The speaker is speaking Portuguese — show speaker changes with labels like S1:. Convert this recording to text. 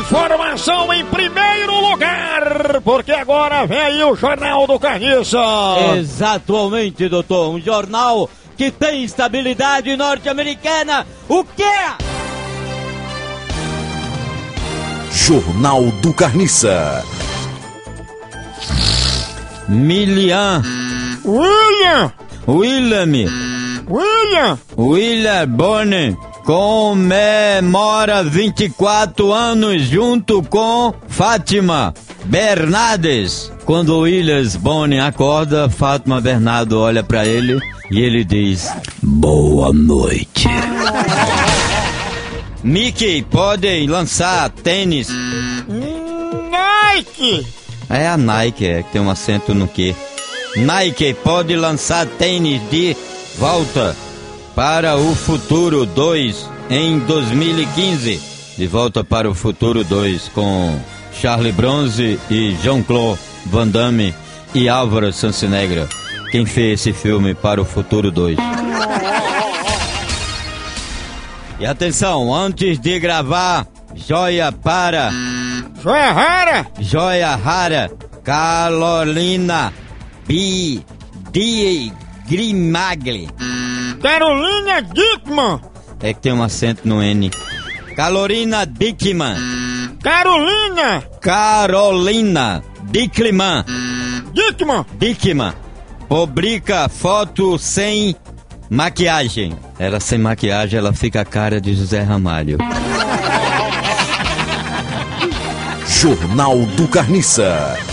S1: Informação em primeiro lugar, porque agora vem aí o Jornal do Carniça.
S2: Exatamente, doutor. Um jornal que tem estabilidade norte-americana. O quê?
S3: Jornal do Carniça.
S2: Milian,
S1: William!
S2: William,
S1: William!
S2: William Bonner comemora 24 anos junto com Fátima Bernardes. Quando Williams Bonner acorda, Fátima Bernardo olha pra ele e ele diz: Boa noite. Mickey, podem lançar tênis.
S1: Nike!
S2: É a Nike, é, que tem um acento no quê? Nike pode lançar tênis de volta para o futuro 2 em 2015. De volta para o futuro 2 com Charlie Bronze e Jean-Claude Van Damme e Álvaro Sansinegra. Quem fez esse filme para o futuro 2? E atenção, antes de gravar, joia para
S1: Ferrara!
S2: Joia rara, Carolina B. D. Grimagli.
S1: Carolina Dickman!
S2: É que tem um acento no N. Carolina Dickman.
S1: Carolina
S2: Carolina Dickman.
S1: Dickman!
S2: Dickman. Publica foto sem maquiagem. Ela sem maquiagem, ela fica a cara de José Ramalho.
S3: Jornal do Carniça.